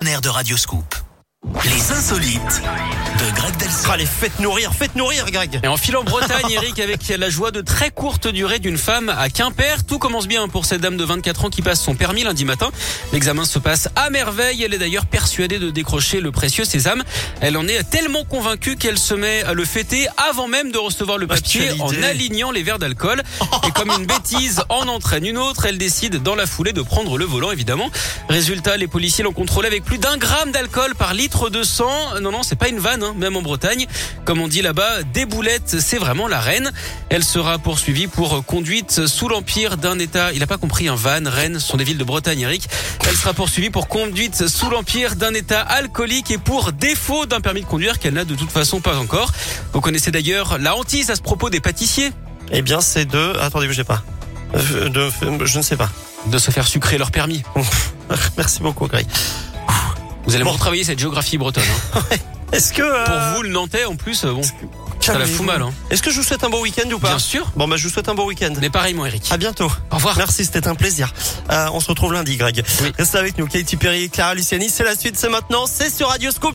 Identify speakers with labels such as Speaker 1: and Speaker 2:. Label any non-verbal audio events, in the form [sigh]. Speaker 1: partenaire de Radio Scoop. Les insolites de Greg Delsol.
Speaker 2: Allez, Ah, faites nourrir, faites nourrir, Greg.
Speaker 3: Et on file en Bretagne, Eric, avec la joie de très courte durée d'une femme à Quimper. Tout commence bien pour cette dame de 24 ans qui passe son permis lundi matin. L'examen se passe à merveille. Elle est d'ailleurs persuadée de décrocher le précieux sésame. Elle en est tellement convaincue qu'elle se met à le fêter avant même de recevoir le papier
Speaker 2: quelle
Speaker 3: en
Speaker 2: idée.
Speaker 3: alignant les verres d'alcool. Et comme une bêtise en entraîne une autre, elle décide dans la foulée de prendre le volant, évidemment. Résultat, les policiers l'ont contrôlé avec plus d'un gramme d'alcool par litre de sang. Non, non, c'est pas une vanne, hein, même en Bretagne. Comme on dit là-bas, des boulettes, c'est vraiment la reine. Elle sera poursuivie pour conduite sous l'empire d'un État. Il a pas compris, un van, Rennes, ce sont des villes de Bretagne, Eric. Elle sera poursuivie pour conduite sous l'empire d'un État alcoolique et pour défaut d'un permis de conduire qu'elle n'a de toute façon pas encore. Vous connaissez d'ailleurs la hantise à ce propos des pâtissiers
Speaker 2: Eh bien, c'est de. Attendez, bougez pas. Euh, De... Je ne sais pas. [laughs]
Speaker 3: de se faire sucrer leur permis.
Speaker 2: Merci beaucoup, Greg.
Speaker 3: Vous allez
Speaker 2: Bon.
Speaker 3: me retravailler cette géographie bretonne. hein.
Speaker 2: Est-ce que. euh,
Speaker 3: Pour vous, le Nantais, en plus, euh, bon, ça la
Speaker 2: calmez-vous.
Speaker 3: fout mal. Hein.
Speaker 2: Est-ce que je vous souhaite un bon week-end ou pas
Speaker 3: Bien sûr.
Speaker 2: Bon, bah, je vous souhaite un bon week-end.
Speaker 3: Mais pareillement, Eric.
Speaker 2: À bientôt.
Speaker 3: Au revoir.
Speaker 2: Merci, c'était un plaisir. Euh, on se retrouve lundi, Greg.
Speaker 3: Oui.
Speaker 2: Restez avec nous, Katie Perry, Clara Luciani. C'est la suite, c'est maintenant. C'est sur Radio Scoop.